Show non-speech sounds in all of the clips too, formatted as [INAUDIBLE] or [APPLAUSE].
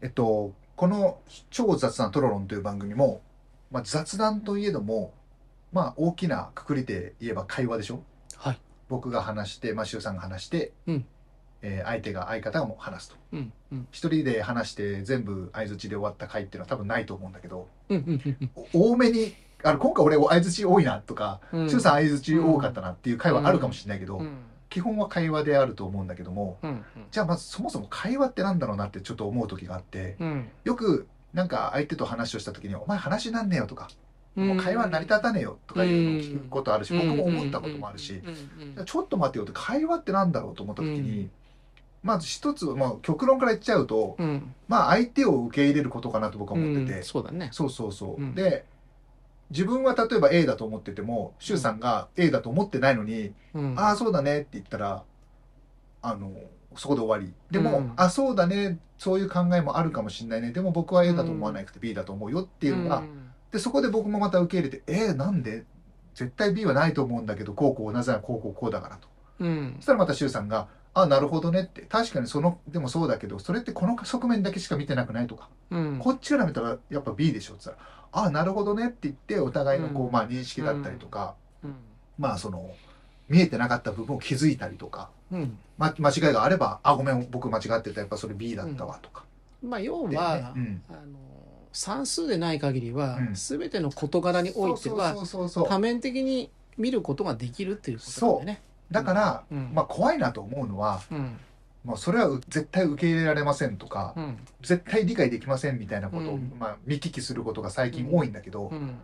えっと、この超雑談トロロンという番組も、まあ、雑談といえども、まあ、大きなくくりで言えば会話でしょはい。僕が話して、まあ、周さんが話して、うんえー相手が相方がもう話すと。うんうん一人で話して全部相づちで終わった回っていうのは多分ないと思うんだけど、うんうんお多めに、あの今回俺相づち多いなとか、うんうん周、さん相づち多かったなっていう会話あるかもしれないけど、うん基本は会話であると思うんだけども、うんじゃあまずそもそも会話ってなんだろうなってちょっと思う時があって、うんよくなんか相手と話をした時に「お前話なんねえよ」とか「うもんう会話成り立たねえよ」とかいうのを聞くことあるし、うん僕も思ったこともあるし、うんうんちょっと待ってよって会話ってなんだろうと思った時に、まず一つ、まあ、極論から言っちゃうと、うんうんまあ相手を受け入れることかなと僕は思ってて、うんそうだねそうそうそう。うんで自分は例えば A だと思ってても周さんが A だと思ってないのに「うんああそうだね」って言ったらあのそこで終わりでも「うんあそうだねそういう考えもあるかもしれないねでも僕は A だと思わなくて B だと思うよ」っていうのが、うんでそこで僕もまた受け入れて「えー、なんで絶対 B はないと思うんだけどこうこうなぜならこうこうこうだから」と。うんそしたらまた周さんが「あなるほどね」って確かにそのでもそうだけどそれってこの側面だけしか見てなくないとか、うんこっちから見たらやっぱ B でしょっつったら「あなるほどね」って言ってお互いのこう、うんまあ認識だったりとか、うんまあその見えてなかった部分を気づいたりとか。うんま、間違いがあれば「あごめん僕間違ってたやっぱそれ B だったわ」とか、まあ要ではねうんあの算数でない限りはうん全ての事柄においてそはうそうそうそ多う面的に見ることができるっていうことなんだよね。だから、うんまあ、怖いなと思うのはうんもうそれはう絶対受け入れられませんとか、うん絶対理解できませんみたいなことを、うんまあ、見聞きすることが最近多いんだけど、うん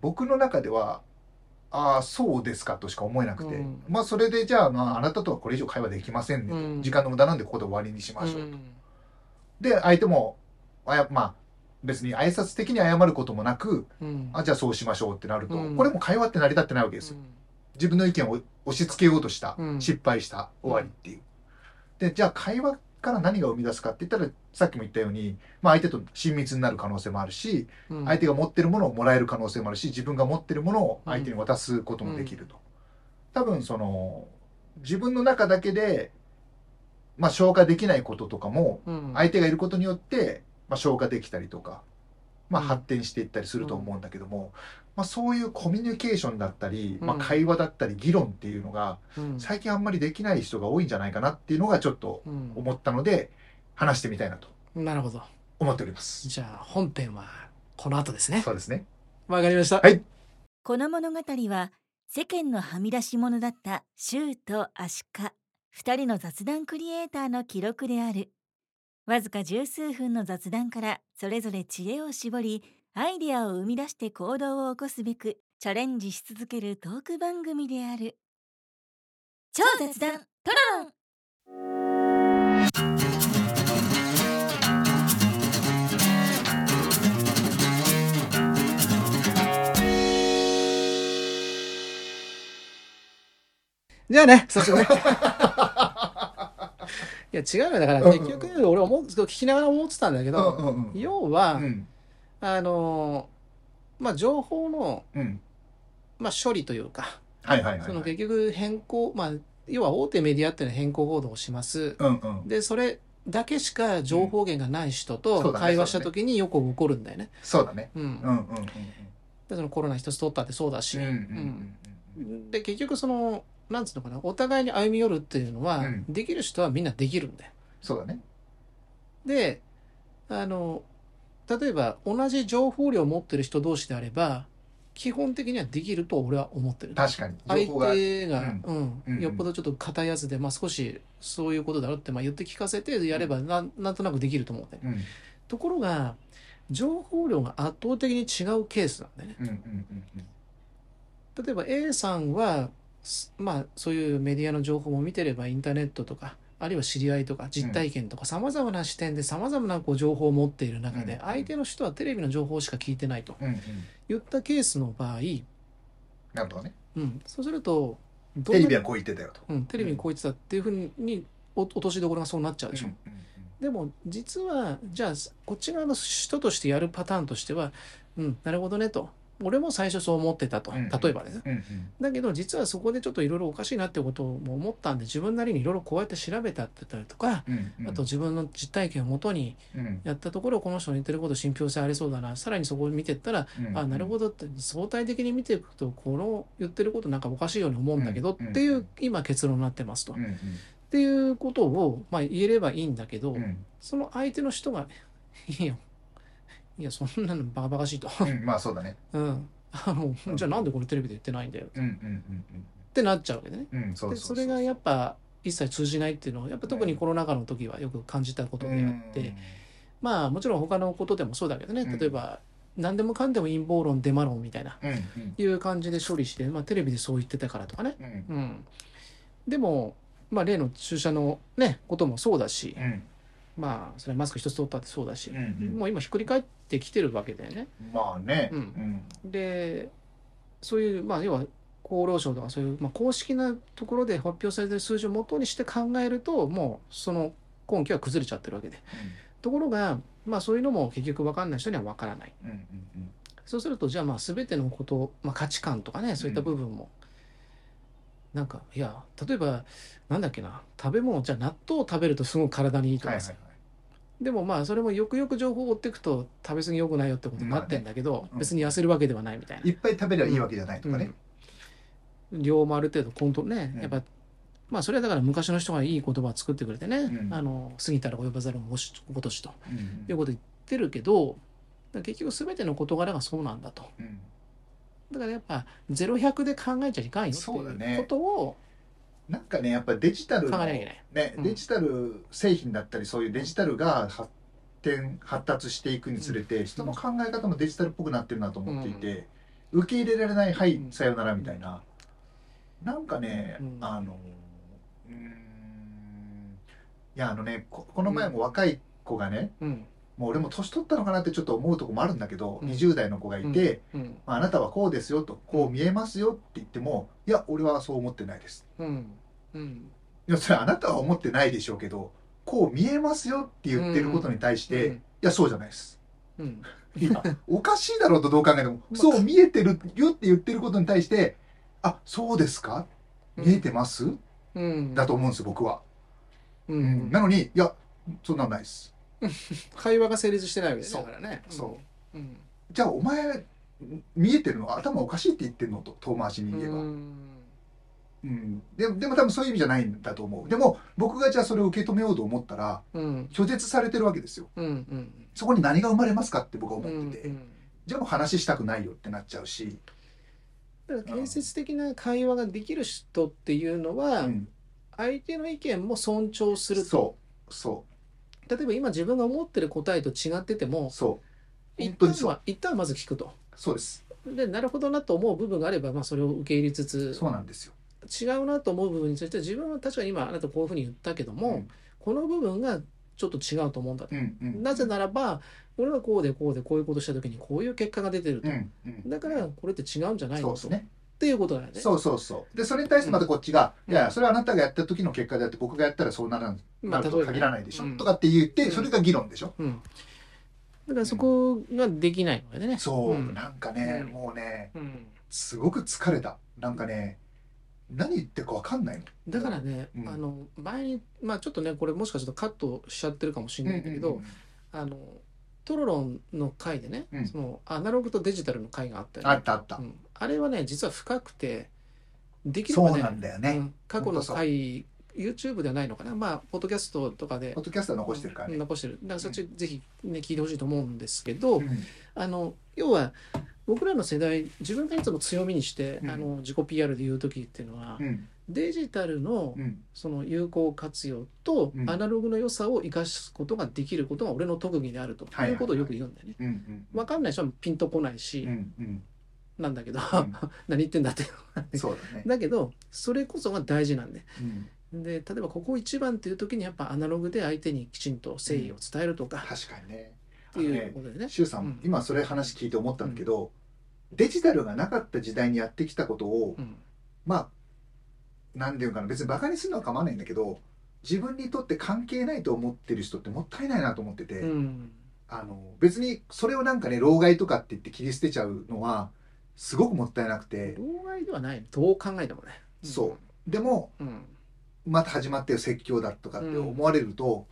僕の中では「ああそうですか」としか思えなくて、うんまあそれでじゃあ、まあ、あなたとはこれ以上会話できませんねと、うん時間の無駄なんでここで終わりにしましょう、うんで相手もあやまあ別に挨拶的に謝ることもなくうんあじゃあそうしましょうってなると、うんこれも会話って成り立ってないわけですよ、自分の意見を押し付けようとした、うん失敗した終わりっていうでじゃあ会話から何が生み出すかって言ったらさっきも言ったように、まあ、相手と親密になる可能性もあるし、うん相手が持ってるものをもらえる可能性もあるし自分が持ってるものを相手に渡すこともできると、多分その自分の中だけで、まあ、消化できないこととかもうん相手がいることによって、まあ、消化できたりとか、まあ、うん発展していったりすると思うんだけども、まあ、そういうコミュニケーションだったり、まあ、うん会話だったり議論っていうのがうん最近あんまりできない人が多いんじゃないかなっていうのがちょっとうん思ったので話してみたいなとなるほど思っております。じゃあ本編はこの後ですねそうですねわかりましたはいこの物語は世間のはみ出し者だったシューとアシカ2人の雑談クリエイターの記録であるわずか十数分の雑談からそれぞれ知恵を絞りアイデアを生み出して行動を起こすべくチャレンジし続けるトーク番組である超雑談トロロンじゃ [LAUGHS] あね早速ねいや違うよだからうんうん結局俺思う聞きながら思ってたんだけうんどうんうん要は、うんあのーまあ情報の、うんまあ、処理というか、はいはいはいはいその結局変更、まあ、要は大手メディアっていうのは変更報道をします。うんうんで、それだけしか情報源がないう人んそとうだね会話した時によく起こるんだよね。そうだねうん。うんで、うんうんうんそのコロナ一つ取ったってそうだしうんう。んうんで、結局その、なんつうのかな、お互いに歩み寄るっていうのは、うんできる人はみんなできるんだよ。そうだねで、あの、例えば同じ情報量を持ってる人同士であれば、基本的にはできると俺は思ってる。確かに相情報が手が、ううんんうんよっぽどちょっと硬いやつで、まあ、少しそういうことだろってまあ言って聞かせてやればなんなんとなくできると思うんだよねうんうんところが情報量が圧倒的に違うケースなんだよねうんうんうん例えば A さんは、すまあ、そういうメディアの情報も見てればインターネットとかあるいは知り合いとか実体験とかさまざまな視点でさまざまなこう情報を持っている中うでん相手の人はテレビの情報しか聞いてないとうんうん言ったケースの場な合、るほどねうん、そうするとテどんなレビはこう言ってたよとうん、テレビにこう言ってたっていうふうにお落としどころがそうなっちゃうでしょ、うんうんでも実はじゃあこっち側の人としてやるパターンとしてはうんなるほどねと俺も最初そう思ってたとうん例えばねうんうんだけど実はそこでちょっといろいろおかしいなってことも思ったんで自分なりにいろいろこうやって調べたってたりとかうんうんあと自分の実体験をもとにうんやったところこの人に似てること信憑性ありそうだなさらにそこを見てったらうんあなるほどって相対的に見ていくとこの言ってることなんかおかしいように思うんだけどうんっていうんううん今結論になってますと。うんうんっていうことを、まあ、言えればいいんだけど、うんその相手の人が [LAUGHS] 「いいよいやそんなのバカバカしい」とうんまあそうだねうんあの「じゃあなんでこれテレビで言ってないんだよ」うんうんってなっちゃうわけでね。うんうんうんそうでううそれがやっぱ一切通じないっていうのをやっぱ特にコロナ禍の時はよく感じたことであって、まあもちろん他のことでもそうだけどねうん例えば何でもかんでも陰謀論デマ論みたいなうんうんいう感じで処理して、まあ、テレビでそう言ってたからとかね、うんうんうん、でも、まあ、例の注射の、ね、こともそうだし、うんまあそれはマスク一つ取ったってそうだしうん、うんもう今ひっくり返ってきてるわけだよね。まあね、うんんでそういう、まあ、要は厚労省とかそういう、まあ、公式なところで発表されてる数字を元にして考えるともうその根拠は崩れちゃってるわけでところが、まあ、そういうのも結局分かんない人には分からない。うんうんそうするとじゃあまあ全てのこと、まあ、価値観とかねそういった部分も、なんかいや例えばなんだっけな食べ物じゃあ納豆を食べるとすごく体にいいとはいかはいさ、はいでもまあそれもよくよく情報を追っていくと食べ過ぎ良くないよってことになってんだけど、うん別に痩せるわけではないみたいな。いっぱい食べりゃいいわけじゃないとかね、うん量もある程度コントロールね、うんやっぱまあそれはだから昔の人がいい言葉を作ってくれてね、うんあの過ぎたら及ばざるもしごとしとうんいうことを言ってるけどだから結局全ての事柄がそうなんだとうんだからやっぱ0100で考えちゃいかんよってそうだいねうことをなんかねやっぱデジタル考のえなきゃいけない。ね、うんデジタル製品だったりそういうデジタルが発展発達していくにつれて、人の考え方もデジタルっぽくなってるなと思っていて、受け入れられない「はい、うんさよなら」みたいな、なんかね、うんあのうーんいやあのねここの前も若い子がね、うんもう俺も年取ったのかなってちょっと思うとこもあるんだけど、うん20代の子がいて、うんまああなたはこうですよ」と「こう見えますよ」って言っても「いや俺はそう思ってないです」うんうんいやそれあなたは思ってないでしょうけどこう見えますよって言ってることに対して、いやそうじゃないですうんいや [LAUGHS] おかしいだろうとどう考えてもそう見えてるよって言ってることに対してあそうですかうん見えてます、うんだと思うんです僕は、うんうんなのにいやそんなんないです会話が成立してないわけですそうだからねそうんじゃあお前見えてるのは頭おかしいって言ってるのと遠回しにうん言えば、うんうんででも多分そういう意味じゃないんだと思うでも僕がじゃあそれを受け止めようと思ったらうん拒絶されてるわけですようんうんそこに何が生まれますかって僕はう思んってて、うんじゃあもう話したくないよってなっちゃうし、だから建設的な会話ができる人っていうのは、うん相手の意見も尊重するとそうそ例えば今自分が思ってる答えと違っててうもそう本一当に旦そうは一旦はまず聞くとそうですでなるほどなと思う部分があれば、まあ、それを受け入れつつそうなんですよ、違うなと思う部分について自分は確かに今あなたこういうふうに言ったけども、うんこの部分がちょっと違うと思うんだと、うんうん、なぜならば俺はこうでこうでこういうことした時にこういう結果が出てると、うんうん、だからこれって違うんじゃないそうのですと、ねっていうことだよね。そうそうそうでそれに対してまたこっちが、うんいやいやそれはあなたがやった時の結果であって僕がやったらそうならんなまあ、る例えとばね限らないでしょ、うんとかって言って、うんそれが議論でしょうん、だからそこができないのでね。そう、うんなんかね、うんもうねうんすごく疲れたなんかね何言ってるかわかんないのだからね、うんあの前に、まあ、ちょっとねこれもしかするとカットしちゃってるかもしれないんだけど、あのトロロンの回でね、うんそのアナログとデジタルの回があったよあねったあった、うんあれはね実は深くてできれそばうねなんだよね、うん過去の回 YouTube ではないのかなまあポッドキャストとかでポッドキャストは残してるからね、残してるだからそっちぜひね聞いてほしいと思うんですけど、うんあの要は僕らの世代自分がいつも強みにして、うんあの自己 PR で言う時っていうのは、うんデジタルのうんその有効活用とうんアナログの良さを生かすことができることが俺の特技であるとはいはいいうことをよく言うんだよね。うんうん分かんない人はピンとこないし、うんうんなんだけど、ん [LAUGHS] 何言ってんだって。そうだね、だけどそれこそが大事なんでうん、で例えばここ一番っていう時にやっぱアナログで相手にきちんと誠意を伝えるとか確かにねっていうことでね。周さん、うん今それ話聞いて思ったんだけど、デジタルがなかった時代にやってきたことを、うんまあなんていうかな別にバカにするのは構わないんだけど自分にとって関係ないと思ってる人ってもったいないなと思ってて、うんあの別にそれをなんかね老害とかって言って切り捨てちゃうのはすごくもったいなくて、老害ではないどう考えてもねそでもうん、うんまた始まったよ説教だとかって思われると、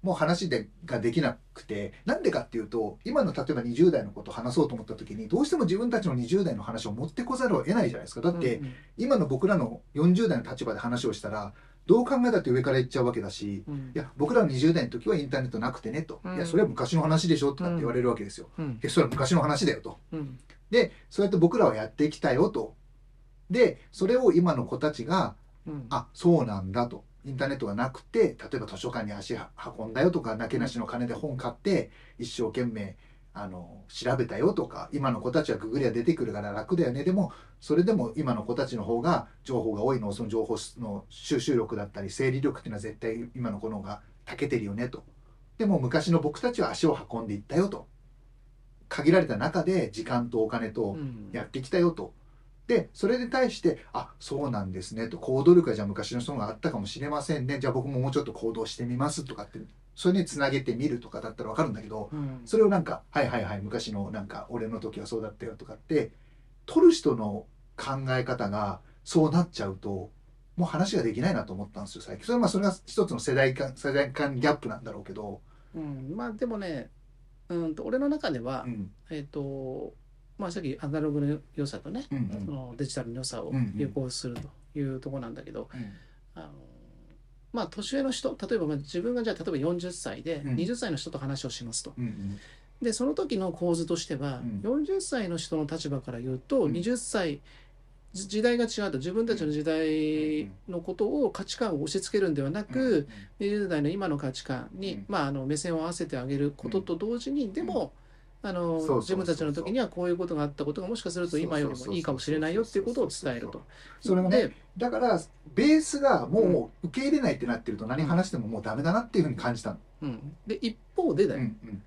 もう話でができなくてなんでかっていうと今の例えば20代のことを話そうと思った時にどうしても自分たちの20代の話を持ってこざるを得ないじゃないですかだって、うんうん今の僕らの40代の立場で話をしたらどう考えたって上から言っちゃうわけだしうんいや僕らの20代の時はインターネットなくてねと、うんいやそれは昔の話でしょとかって言われるわけですよ、うんいやそれは昔の話だよとうんでそうやって僕らはやってきたよとでそれを今の子たちがうんあそうなんだとインターネットがなくて例えば図書館に足運んだよとかなけなしの金で本買って一生懸命あの調べたよとか今の子たちはググりゃ出てくるから楽だよねでもそれでも今の子たちの方が情報が多いのその情報の収集力だったり整理力っていうのは絶対今の子の方が長けてるよねとでも昔の僕たちは足を運んでいったよと限られた中で時間とお金とうんやってきたよと。でそれに対して「あそうなんですね」と行動力はじゃあ昔の人の方があったかもしれませんねじゃあ僕ももうちょっと行動してみますとかってそれにつなげてみるとかだったら分かるんだけどうんそれをなんか「はいはいはい昔のなんか俺の時はそうだったよ」とかって取る人の考え方がそうなっちゃうともう話ができないなと思ったんですよ最近それはまあそれが一つの世代間世代間ギャップなんだろうけど、うんまあでもねうんと俺の中では、うんえっ、とまあさっきアナログの良さとね、うんうんそのデジタルの良さをうんうん融合するというところなんだけど、うんあのまあ年上の人例えばまあ自分がじゃあ例えば40歳でうん20歳の人と話をしますと、うんうんでその時の構図としては、40歳の人の立場から言うと、うん20歳じ時代が違うと自分たちの時代のことを価値観を押し付けるんではなく、20代の今の価値観に、うんまあ、あの目線を合わせてあげることと同時に、でもあのそうそう自分たちの時にはこういうことがあったことがもしかすると今よりもいいかもしれないよっていうことを伝えると。それがねでだからベースがもう受け入れないってなってると何話してももうダメだなっていうふうに感じたの。うん、で一方でだうよ、ん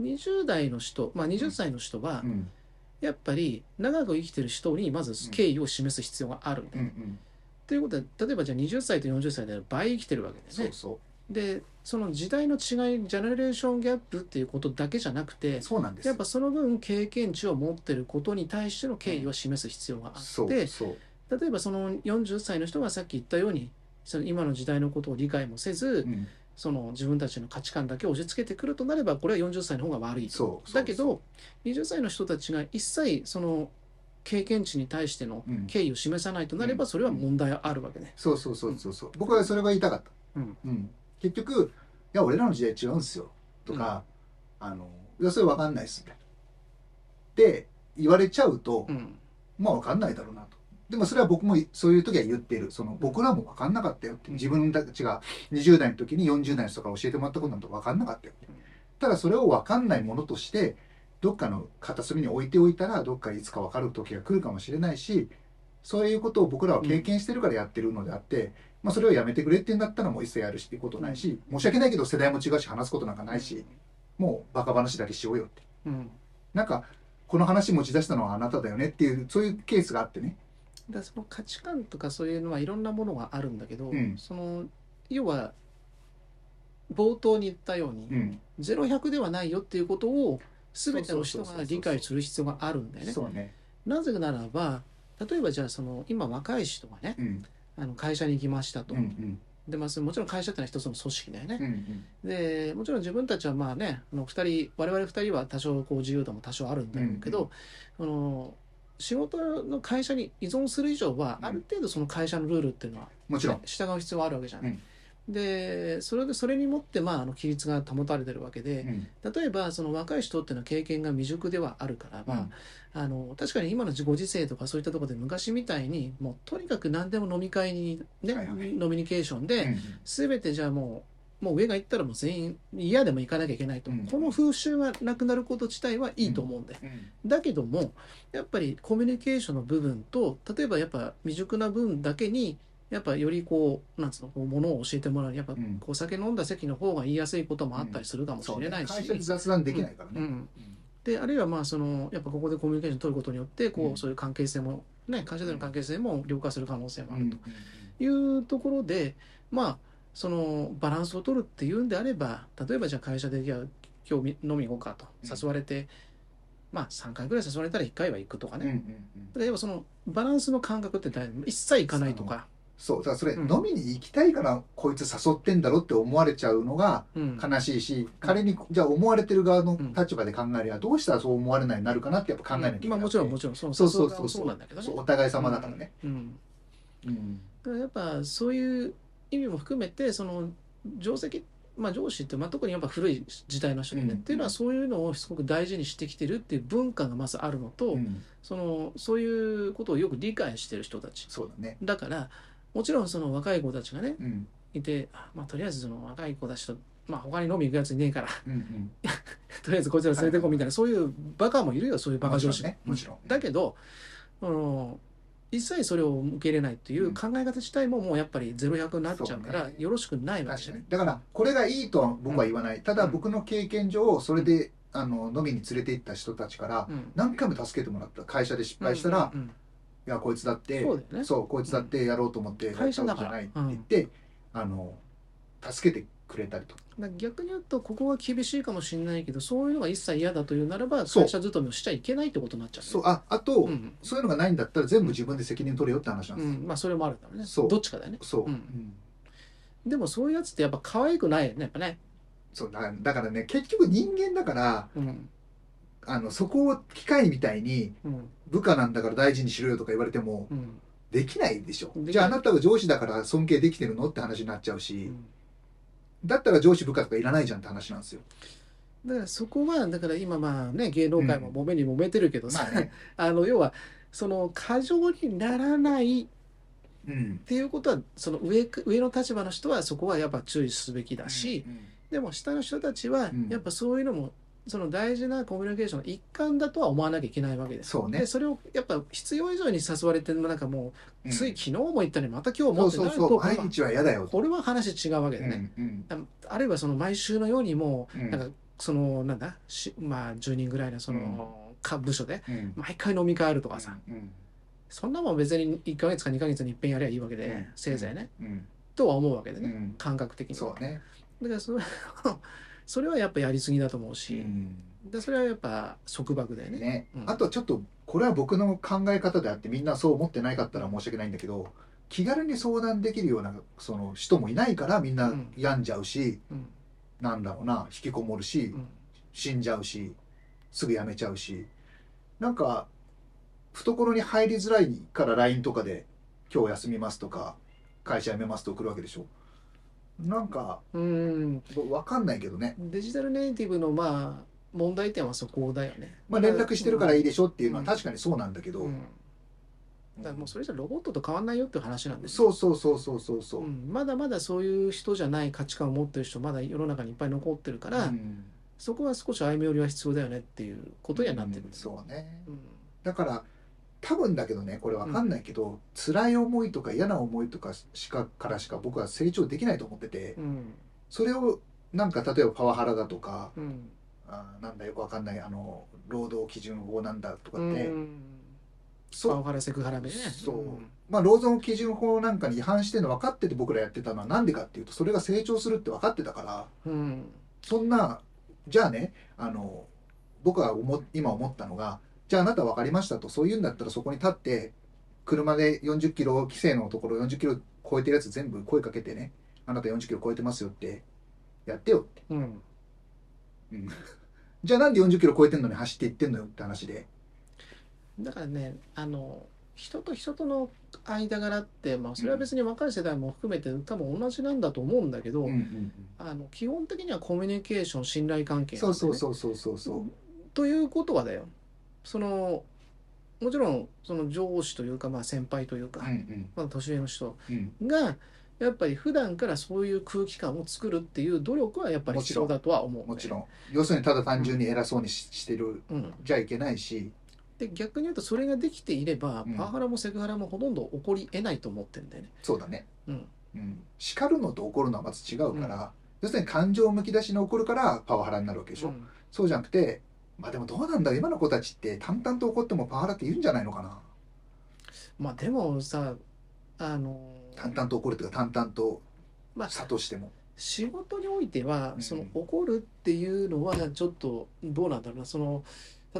20代の人、まあ、20歳の人はうんうんやっぱり長く生きてる人にまず敬意を示す必要があるんだうよ。んということは例えばじゃあ20歳と40歳で倍生きてるわけですそねう。そでその時代の違いジェネレーションギャップっていうことだけじゃなくて、うそうなんですやっぱその分経験値を持ってることに対しての敬意を示す必要があそっうて、そう例えばその40歳の人がさっき言ったようにその今の時代のことを理解もせず、うんその自分たちの価値観だけを押し付けてくるとなればこれは40歳の方が悪いと。そうだけど20歳の人たちが一切その経験値に対してのうん敬意を示さないとなればそれは問題あるわけね。そうそうそうそうそう僕はそれが言いたかった。うんうん結局「いや俺らの時代違うんですよ」とか「あのいやそれ分かんないっす」みたいな。で言われちゃうとうんまあ分かんないだろうなと。でもそれは僕もそういう時は言っている。その僕らも分かんなかったよって。うん自分たちが20代の時に40代の人から教えてもらったことなんて分かんなかったよってうん。ただそれを分かんないものとして、どっかの片隅に置いておいたら、どっかいつか分かる時が来るかもしれないし、そういうことを僕らは経験してるからやってるのであって、まあそれをやめてくれって言うんだったらもう一切やるしっていうことないし、申し訳ないけど世代も違うし話すことなんかないし、もうバカ話だけしようよって。うんなんか、この話持ち出したのはあなただよねっていう、そういうケースがあってね。だからその価値観とかそういうのはいろんなものがあるんだけど、うんその要は冒頭に言ったように、うん。ゼロ100ではないよっていうことを全ての人そうそうそうがそう理解する必要があるんだよね。そうね。なぜならば例えばじゃあその今若い人がねうん。あの会社に行きましたと、うん。でまあ、それもちろん会社ってのは一つの組織だようん。うね、ん。でもちろん自分たちはまあねあの二人我々2人は多少こう自由度も多少あるんだろうけど、その仕事の会社に依存する以上は、うんある程度その会社のルールっていうのはもちろん。従う必要はあるわけじゃない。でそれでそれにもって、まあ、あの規律が保たれてるわけうでん。例えばその若い人っていうのは経験が未熟ではあるからば、あの確かに今のご時世とかそういったところで昔みたいにもうとにかく何でも飲み会にね、はいはい飲みニケーションうで、ん。全てじゃあもうもう上が行ったらもう全員嫌でも行かなきゃいけないと、うんこの風習がなくなること自体はいいと思うんだようん。だけどもやっぱりコミュニケーションの部分と例えばやっぱ未熟な分だけにやっぱよりこうなんつうのこうものを教えてもらうやっぱうんこうお酒飲んだ席の方が言いやすいこともあったりするかもしそうれね。ないし、会社で雑談できないからうね。ん、であるいはまあそのやっぱここでコミュニケーション取ることによってこう、うんそういう関係性もね会社での関係性も良化する可能性もうあん。うるんというところで、まあそのバランスを取るっていうんであれば例えばじゃあ会社でじゃあ今日み飲みに行こうかとうん誘われて、まあ3回ぐらい誘われたら1回は行くとかうんうんうね、ん例えばそのバランスの感覚って大一切行かないとか、そうだからそれ、うん飲みに行きたいからこいつ誘ってんだろって思われちゃうのがうん、悲しいし、彼にじゃあ思われてる側の立場で考えりゃどうしたらそう思われないようになるかなってやっぱ考えなきゃいけまない、あもちろんもちろんそのそうそうそう誘いはそうなんだけどねそうお互い様だからね、うんうんうんだからやっぱそういう意味も含めてその定石まあ上司って、まあ、特にやっぱ古い時代の人だよね、うんっていうのはそういうのをすごく大事にしてきてるっていう文化がまずあるのと、うんそのそういうことをよく理解してる人たちそうだねだからもちろんその若い子たちがねうんいて、あまあ、とりあえずその若い子たちと、まあ、他に飲み行くやついねえから [LAUGHS] うんうんとりあえずこいつら連れてこうみたいな、そういうバカもいるよそういうバカ上司もちろんねもちろんだけどあの一切それを受け入れないっていう考え方自体ももうやっぱりゼロ百になっちゃうからそうねよろしくないわ確けじかゃないに。だからこれがいいとは僕は言わない、ただ僕の経験上それで、あの飲みに連れて行った人たちからうん何回も助けてもらった会社で失敗したら、うんうんいやこいつだってそうだよねそうこいつだってやろうと思ってやったわけじゃないって言って、あの助けてくれたりとかだから逆に言うとここは厳しいかもしれないけどそういうのが一切嫌だというならばそう会社勤めをしちゃいけないってことになっちゃうねそうああと、うんそういうのがないんだったら全部自分で責任取れよって話なんうですよ、んまあそれもあるからねそうどっちかだよねそう、うんうんでもそういうやつってやっぱ可愛くないよねやっぱね、そうだだからね結局人間だからうんあのそこを機械みたいにうん部下なんだから大事にしろよとか言われてもうんできないでしょできないじゃああなたが上司だから尊敬できてるのって話になっちゃううし、んだったら上司部下とかいらないじゃんって話なんですよだからそこはだから今まあね芸能界も揉めに揉めてるけどさ、まあねあの要はその過剰にならないっうんていうことはその上か上の立場の人はそこはやっぱ注意すべきだし、うんでも下の人たちはうんやっぱそういうのもその大事なコミュニケーションの一環だとは思わなきゃいけないわけです。そうねでそれをやっぱ必要以上に誘われてなんかもううんつい昨日も言ったりまた今そ日もうってそなうるそとうこれ毎は日は嫌だよとこれは話違うわけうだんね。うんあるいはその毎週のようにもうんうなんかそのなんだしまあ10人ぐらいのそのか部署でうん毎回飲み会あるとかさうんそんなもん別に1ヶ月か2ヶ月に一遍やりゃいいわけうでんせいぜいねうんとは思うわけでうねん感覚的にそうねだからそれ [LAUGHS] それはやっぱやりすぎだと思ううしんでそれはやっぱ束縛だよねねうんあとちょっとこれは僕の考え方であってみんなそう思ってないかったら申し訳ないんだけど気軽に相談できるようなその人もいないからみんなうん病んじゃうし、うんなんだろうな引きこもるし、うん死んじゃうしすぐ辞めちゃうしなんか懐に入りづらいから LINE とかで「今日休みます」とか「会社辞めます」と送るわけでしょなんかうん分かんないけどね、デジタルネイティブのまあ問題点はそこだよねまあ、連絡してるからいいでしょっていうのはうん確かにそうなんだけど、うんだからもうそれじゃロボットと変わんないよっていう話なんですそうそうそうそうそうそうう、ん、まだまだそういう人じゃない価値観を持ってる人まだ世の中にいっぱい残ってるから、うんそこは少し歩み寄りは必要だよねっていうことにはなってくる、うんそうねうんだから多分だけどねこれ分かんないけど、辛い思いとか嫌な思いとかしかからしか僕は成長できないと思っててうんそれをなんか例えばパワハラだとか、うんあーなんだよくわかんないあの労働基準法なんだとかうって、ん、パそワうハラセクハラでねそうんまあ労働基準法なんかに違反してるの分かってて僕らやってたのはなんでかっていうとそれが成長するって分かってたからうんそんなじゃあねあの僕は思今思ったのがじゃああなた分かりましたとそういうんだったらそこに立って車で40キロ規制のところ40キロ超えてるやつ全部声かけてねあなた40キロ超えてますよってやってよって、うんじゃあなんで40キロ超えてんのに走っていってんのよって話で。だからねあの人と人との間柄って、まあ、それは別に若い世代も含めて多分同じなんだと思うんだけうど、んうんうんあの基本的にはコミュニケーション信頼関係なんだそようねそうそうそうそうそう。ということはだよそのもちろんその上司というかまあ先輩というか、うんまあ、年上の人うんうん、がやっぱり普段からそういう空気感を作るっていう努力はやっぱりもち必ろん要だとは思うね、もちろん要するにただ単純に偉そうにししてるうん、じゃいけないし、で逆に言うとそれができていれば、うんパワハラもセクハラもほとんど起こり得ないと思ってんだよね。そうだね、うんうん、叱るのと怒るのはまず違うから、要するに感情むき出しに怒るからパワハラになるわけでしょ、うんそうじゃなくてまあでもどうなんだろう今の子たちって淡々と怒ってもパワハラって言うんじゃないのかなまあでもさあの淡々と怒るというか淡々とまあ諭しても、仕事においてはうんその怒るっていうのはちょっとどうなんだろうなその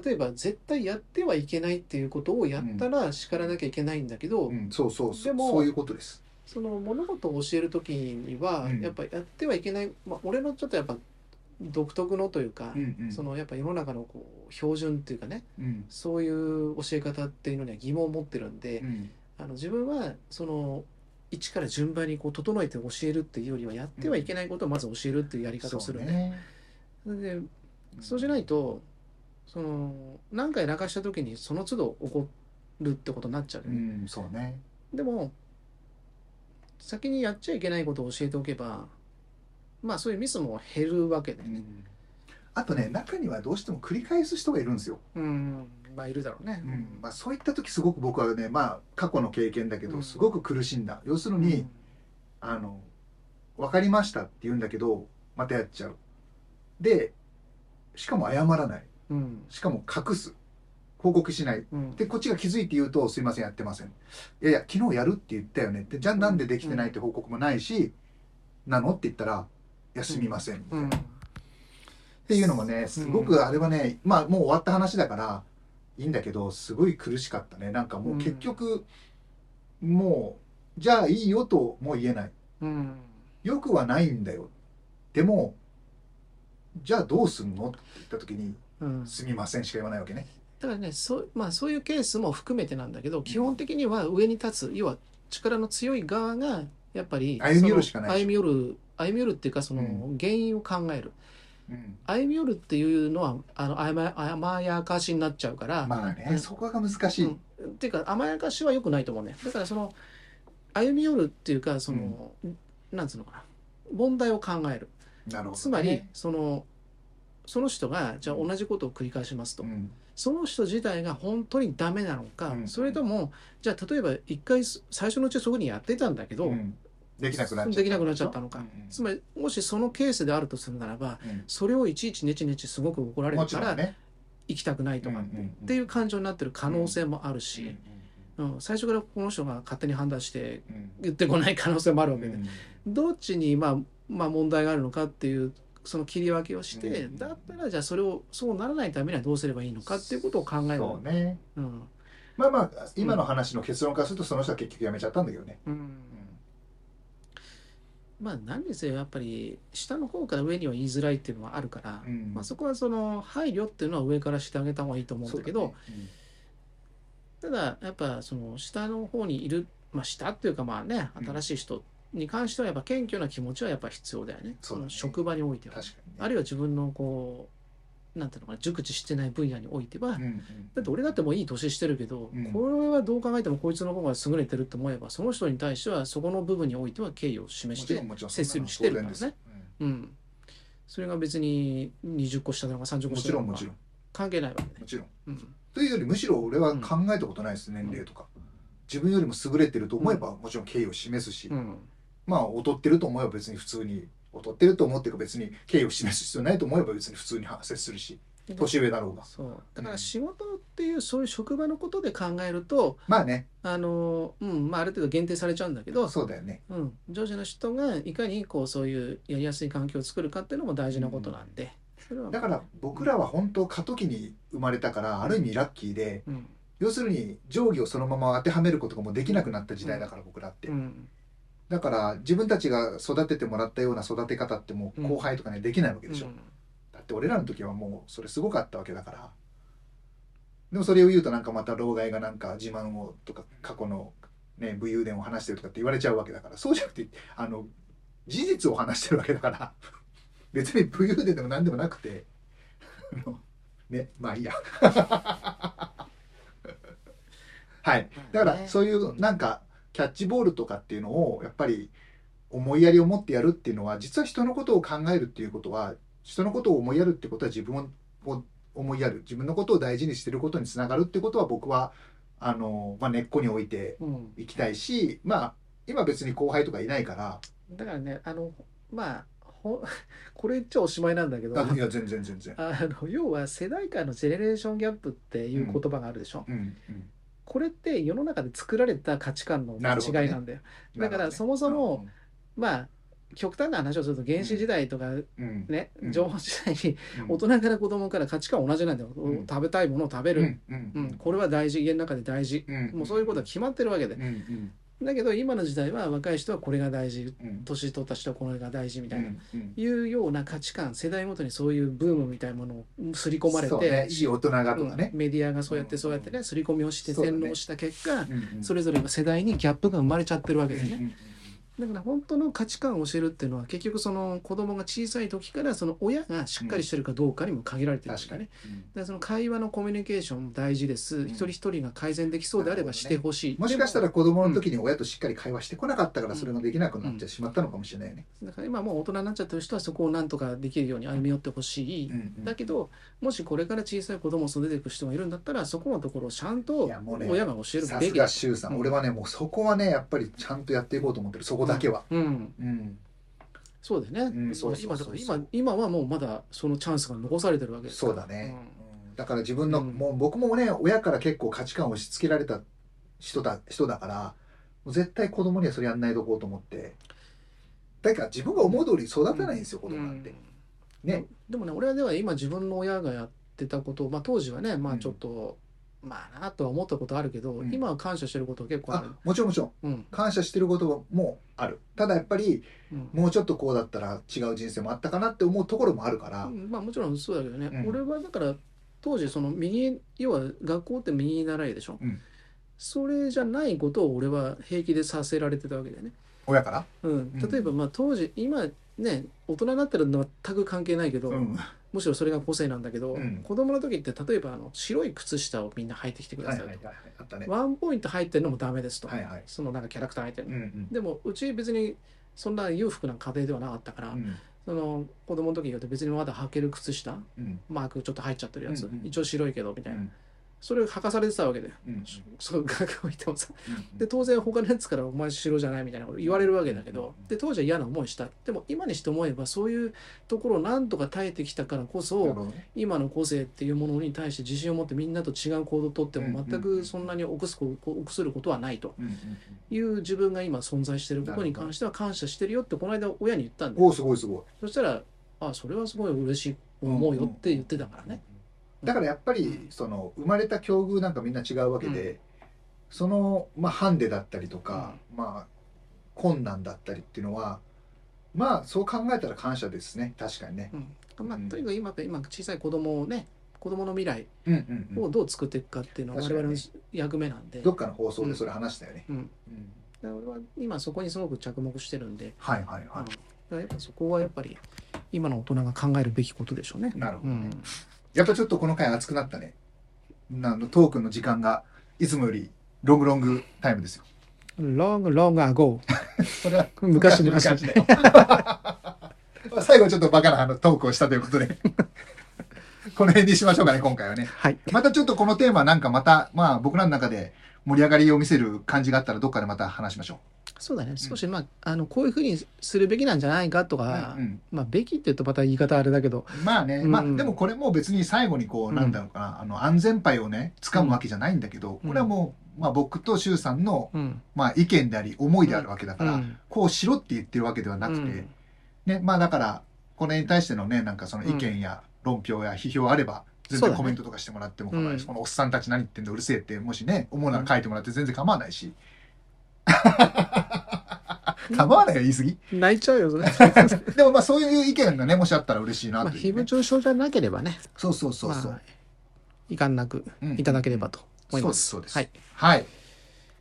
例えば絶対やってはいけないっていうことをやったら叱らなきゃいけないんだけど、うん、そうそうそでうもそういうことです。その物事を教える時には、うんやっぱやってはいけない、まあ、俺のちょっとやっぱ独特のというか、うんうんそのやっぱ世の中のこう標準っていうかねうんそういう教え方っていうのには疑問を持ってるんで、うんあの自分はその一から順番にこう整えて教えるっていうよりはやってはいけないことをまず教えるっていうやり方をするんで、でそうじゃないとその何回流した時にその都度怒るってことになっちゃうようね、んそうねでも先にやっちゃいけないことを教えておけばまあそういうミスも減るわけでう、んあとね中にはどうしても繰り返す人がいるんですよ。うん、まあいるだろうね。うんまあ、そういった時すごく僕はねまあ過去の経験だけうどんすごく苦しんだ。要するうんに、あの分かりましたって言うんだけどまたやっちゃう。でしかも謝らないうんしかも隠す報告しないうんでこっちが気づいて言うと「すいませんやってません」「いやいや昨日やるって言ったよね」って「じゃあなんでできてない?」って報告もないし「なの?」って言ったら「いやすみません」みたいなうんっていうのもねすごくあれはねまあもう終わった話だからいいんだけどすごい苦しかったねなんかもう結局もう「じゃあいいよ」とも言えないうん「よくはないんだよ」でも「じゃあどうすんの?」って言った時にうん「すみません」しか言わないわけね。だからねそう,、まあ、そういうケースも含めてなんだけど基本的には上に立つ要は力の強い側がやっぱり歩み寄るしかないその歩み寄る歩み寄るっていうかそのう原因を考える、うん歩み寄るっていうのはあの甘や甘やかしになっちゃうから、まあねそこが難しい。うん、っていうか甘やかしは良くないと思うねだからその歩み寄るっていうかその、なんつうのかな問題を考えるなるほどねつまり、そのその人がじゃあ同じことを繰り返しますと、うんその人自体が本当にダメなのか、うんそれともじゃあ例えば一回す最初のうちはそういうふうにやってたんだけど、うんできなくなっちゃったできなくなっちゃったのか、うんつまりもしそのケースであるとするならばうんそれをいちいちネチネチすごく怒られもるちかろんらね行きたくないとかって,、うんうんうんっていう感情になってる可能性もあるうんし、うん最初からこの人が勝手に判断してうん言ってこない可能性もあるわうけで、んどっちに、まあ、まあ問題があるのかっていうその切り分けをして、うんだったらじゃあそれをそうならないためにはどうすればいいのかっていうことを考えるそうねうんまあまあ今の話の結論からするとその人は結局やめちゃったんだけどねうんまあ何にせよやっぱり下の方から上には言いづらいっていうのはあるから、うんまあ、そこはその配慮っていうのは上からしてあげた方がいいと思うんだけどそうねただやっぱその下の方にいる、まあ、下っていうかまあねうん新しい人に関してはやっぱ謙虚な気持ちはやっぱ必要だよねそうだねの職場においうてんは、確かにねあるいは自分のこうなんていうのかな熟知してない分野においては、うんうんだって俺だってもういい年してるけど、うんこれはどう考えてもこいつの方が優れてると思えばその人に対してはそこの部分においては敬意を示しもちてろんもちろん接するしてるからね当然ですうん、それが別に20個下なのかう30ん個も下ちなろのんかもちろん関係ないわけもね、ちろんうんというよりむしろ俺は考えたことないです年齢とか自分よりも優れてると思えばもちろん敬意を示すしうんまあ劣ってると思えば別に普通に劣ってると思ってるか別に敬意を示す必要ないと思えば別に普通に接するし年上だろうがそうだから仕事っていうそういう職場のことで考えるとまあねあの、うんまあ、ある程度限定されちゃうんだけど、そうだよねうん、上司の人がいかにこうそういうやりやすい環境を作るかっていうのも大事なことなんで、それはだから僕らは本当過渡期に生まれたからある意味ラッキーでうん要するに定規をそのまま当てはめることがもうできなくなった時代だから僕らってうんだから自分たちが育ててもらったような育て方ってもう後輩とかにはできないわけでしょうんだって俺らの時はもうそれすごかったわけだからでもそれを言うとなんかまた老害がなんか自慢をとか過去の、ね、武勇伝を話してるとかって言われちゃうわけだからそうじゃなくてあの事実を話してるわけだから [LAUGHS] 別に武勇伝でも何でもなくて [LAUGHS] あのねまあいいや [LAUGHS] はいだからそういうなんかキャッチボールとかっていうのをやっぱり思いやりを持ってやるっていうのは実は人のことを考えるっていうことは人のことを思いやるってことは自分を思いやる自分のことを大事にしてることにつながるってことは僕はあの、まあ、根っこに置いてうんいきたいしまあ今別に後輩とかいないからだからねあのまあほ [LAUGHS] これ言っちゃおしまいな [LAUGHS] んだけどあいや全然全然。あの要は世代間のジェネレーションギャップっていう言葉があるでしょ、うんうんこれって世の中で作られた価値観のなるほどね違いなんだよだなるからほどねそもそもまあ極端な話をすると原始時代とかうんね、うん情報時代にうん大人から子供から価値観同じなんだよ、うん食べたいものを食べうる、んうんうんこれは大事家の中で大事、うんもうそういうことは決まってるわけで、うんうんだけど今の時代は若い人はこれが大事うん年取った人はこれが大事みたういな、んうんいうような価値観世代ごとにそういうブームみたいなものを刷り込まれてそうねいい大人がとかねうんメディアがそうやってそうやってうね刷り込みをしてそうだね洗脳した結果うんうんそれぞれが世代にギャップが生まれちゃってるわけでうんうねんだから本当の価値観を教えるっていうのは結局その子供が小さい時からその親がしっかりしてるかどうかにも限られてるんだ確よかにねだからその会話のコミュニケーションも大事です、ん一人一人が改善できそうであればしてほしい、もしかしたでら子供の時に親としっかり会話してこなかったからそれができなくなっちゃってしまったのかもしれないよね。だから今もう大人になっちゃってる人はそこをなんとかできるように歩み寄ってほしい、うんうんだけどもしこれから小さい子供を育てていく人がいるんだったらそこのところをちゃんといやもうね親が教えるさべすきがだ、周さん、うん俺はねもうそこはねやっぱりちゃんとやっていこうと思ってるそこだけは。うん、うんそうだよね、うんそうそう今だそうから今今はもうまだそのチャンスが残されてるわけですそかうらだねん、うんだから自分の、うんもう僕もね親から結構価値観を押し付けられた人だ人だからもう絶対子供にはそれやんないとこうと思ってだから自分が思う通り育たないんですよ、子供なんて。うんねでもね俺はでは今自分の親がやってたことを、まあ、当時はねまうあんちょっと、まあなとは思ったことあるけど、うん今は感謝してること結構あるあもちろんもちろんうん感謝してることもあるただやっぱりうんもうちょっとこうだったら違う人生もあったかなって思うところもあるから、うんまあもちろんそうだけどね、うん俺はだから当時その右要は学校って右習いでしょ、うんそれじゃないことを俺は平気でさせられてたわけだよね、親から。うん、うん例えばまあ当時今ね大人になったら全く関係ないけど、うんむしろそれが個性なんだけど、うん子供の時って例えばあの白い靴下をみんな履いてきてくだはいさいはと、いはいはい、あったね。ワンポイント入ってるのもダメですと、はいはい。そのなんかキャラクター入ってるうんの、うん。でもうち別にそんな裕福な家庭ではなかったから、うんその子供の時言うと別にまだ履ける靴下、うんマークちょっと入っちゃってるやつ、うんうん一応白いけどみうたいな、んそれを履かされてたわけで、うんそう学校行ってもさうんで当然他のやつから「お前白じゃない」みたいなこと言われるわけだけうんうどんうんで当時は嫌な思いしたでも今にして思えばそういうところをなんとか耐えてきたからこなるそほどね今の個性っていうものに対して自信を持ってみんなと違う行動をとってうんうんうもん全くそんなに臆すこ臆することはないとうんうんいう自分が今存在してることになるほど関しては感謝してるよってこの間親に言ったうんんおでおすごいすごい。そしたら「あそれはすごい嬉しい思うよ」って言ってたからね。だからやっぱりその生まれた境遇なんかみんな違うわけで、そのまあハンデだったりとか、まあ困難だったりっていうのはまあそう考えたら感謝ですね確かにね。うんまあうんとにかく今今小さい子供をね子供の未来うんうんうをん。どう作っていくかっていうのは確か我にね々の役目なんで、どっかの放送でそれ話したよね。うん、うんだから俺は今そこにすごく着目してるんで、はいはいあのはだからやっぱそこはやっぱり今の大人が考えるべきことでしょうねい。。なるほうどね。ん、やっぱちょっとこの回熱くなったね。なのトークの時間がいつもよりロングロングタイムですよ。 long long ago [LAUGHS] それは昔々昔々だよ [LAUGHS] 最後はちょっとバカなあのトークをしたということで。 [LAUGHS] この辺にしましょうかね、今回はね。はいまたちょっとこのテーマなんかまた、まあ僕らの中で盛り上がりを見せる感じがあったらどっかでまた話しましょそうだね少し、まああのこういうふうにするべきなんじゃないかとう。か、うんうんまあべきって言うとまた言い方あれだけど、まあね、まあうんでもこれもう別に最後にこう、うんなんだろうかな、あの安全牌をね、掴むわけじゃないんだけど、うんこれはもう、まあ僕と周さんの、うん、まあ意見であり思いであるわけだから、うんこうしろって言ってるわけではなくて、うんね、まあだから、これに対してのね、なんかその意見や論評や批評あれば、全そう然だねコメントとかしてもらっても構わないし、うんこのおっさんたち何言ってんのうるせえって、もしね、思うなら書いてもらって全然構わないし。構わないよ、言い過ぎ。泣いちゃうよそ [LAUGHS] れ、でもまあそういう意見がね、もしあったら嬉しいなまあ、とい誹うね、謗中傷じゃなければねそうそうそうそう。まあ、遺憾なくうんいただければと思います。そうですそはういで。はい。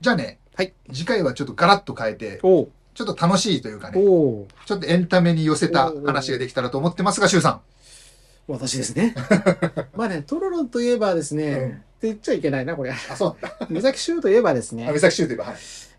じゃあね、はい。次回はちょっとガラッと変えて、おうちょっと楽しいというかね、おうちょっとエンタメに寄せた話ができたらと思ってますが、周さ私で [LAUGHS] すね。まあね、トロロンといえばですね、うんって言っちゃいけないな、これ。ん。あ、そうなんだ。三崎修といえばですあね美、咲周といえば、はい。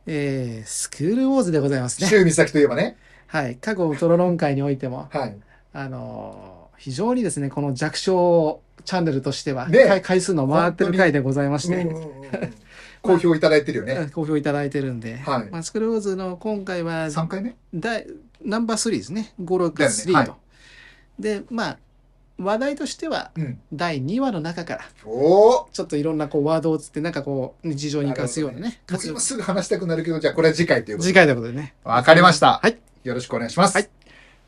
えー、スクールウォーズでございますね。周美咲といえばね、はい。過去トロロン界においても、はい。あのー非常にですね、この弱小チャンネルとしては、ね回回数の回ってる回でございまして、うんうんうんうん [LAUGHS] 好評いただいてるよね。好評いただいてるんで、はいまあ、スクールウォーズの今回は3回目第ナンバー3ですね563と、だよねはでまあ話題としてはうん。第2話の中からおおちょっといろんなこうワードをつってなんかこう日常に生かすようなねもう活用今すぐ話したくなるけど、じゃあこれは次回ということ次回ということでねわかりました。はいよろしくお願いします。はい。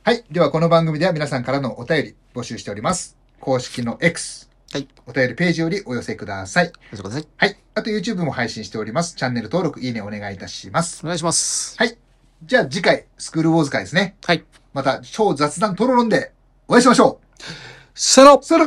はい。では、この番組では皆さんからのお便り募集しております。公式の X、はい、お便りページよりお寄せください。お待ちください。はい。あと YouTube も配信しております。チャンネル登録、いいねお願いいたします。お願いします。はい。じゃあ次回、スクールウォーズ会ですね。はい。また、超雑談トロロンでお会いしましょうさよならそれ